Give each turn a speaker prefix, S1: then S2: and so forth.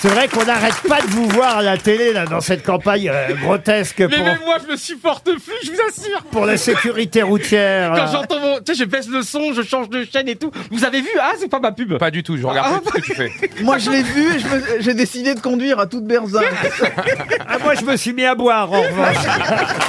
S1: C'est vrai qu'on n'arrête pas de vous voir à la télé là, dans cette campagne euh, grotesque
S2: Mais,
S1: pour,
S2: mais moi, je me supporte plus, je vous assure.
S1: pour la sécurité routière.
S2: Quand
S1: là.
S2: j'entends vos... Tu sais, je baisse le son, je change de chaîne et tout. Vous avez vu Ah, c'est pas ma pub.
S3: Pas du tout, je regarde
S2: Ah,
S3: plus ce que tu fais.
S4: Moi, je l'ai vu et je me- j'ai décidé de conduire à toute berzingue.
S1: Ah, moi, je me suis mis à boire en revanche.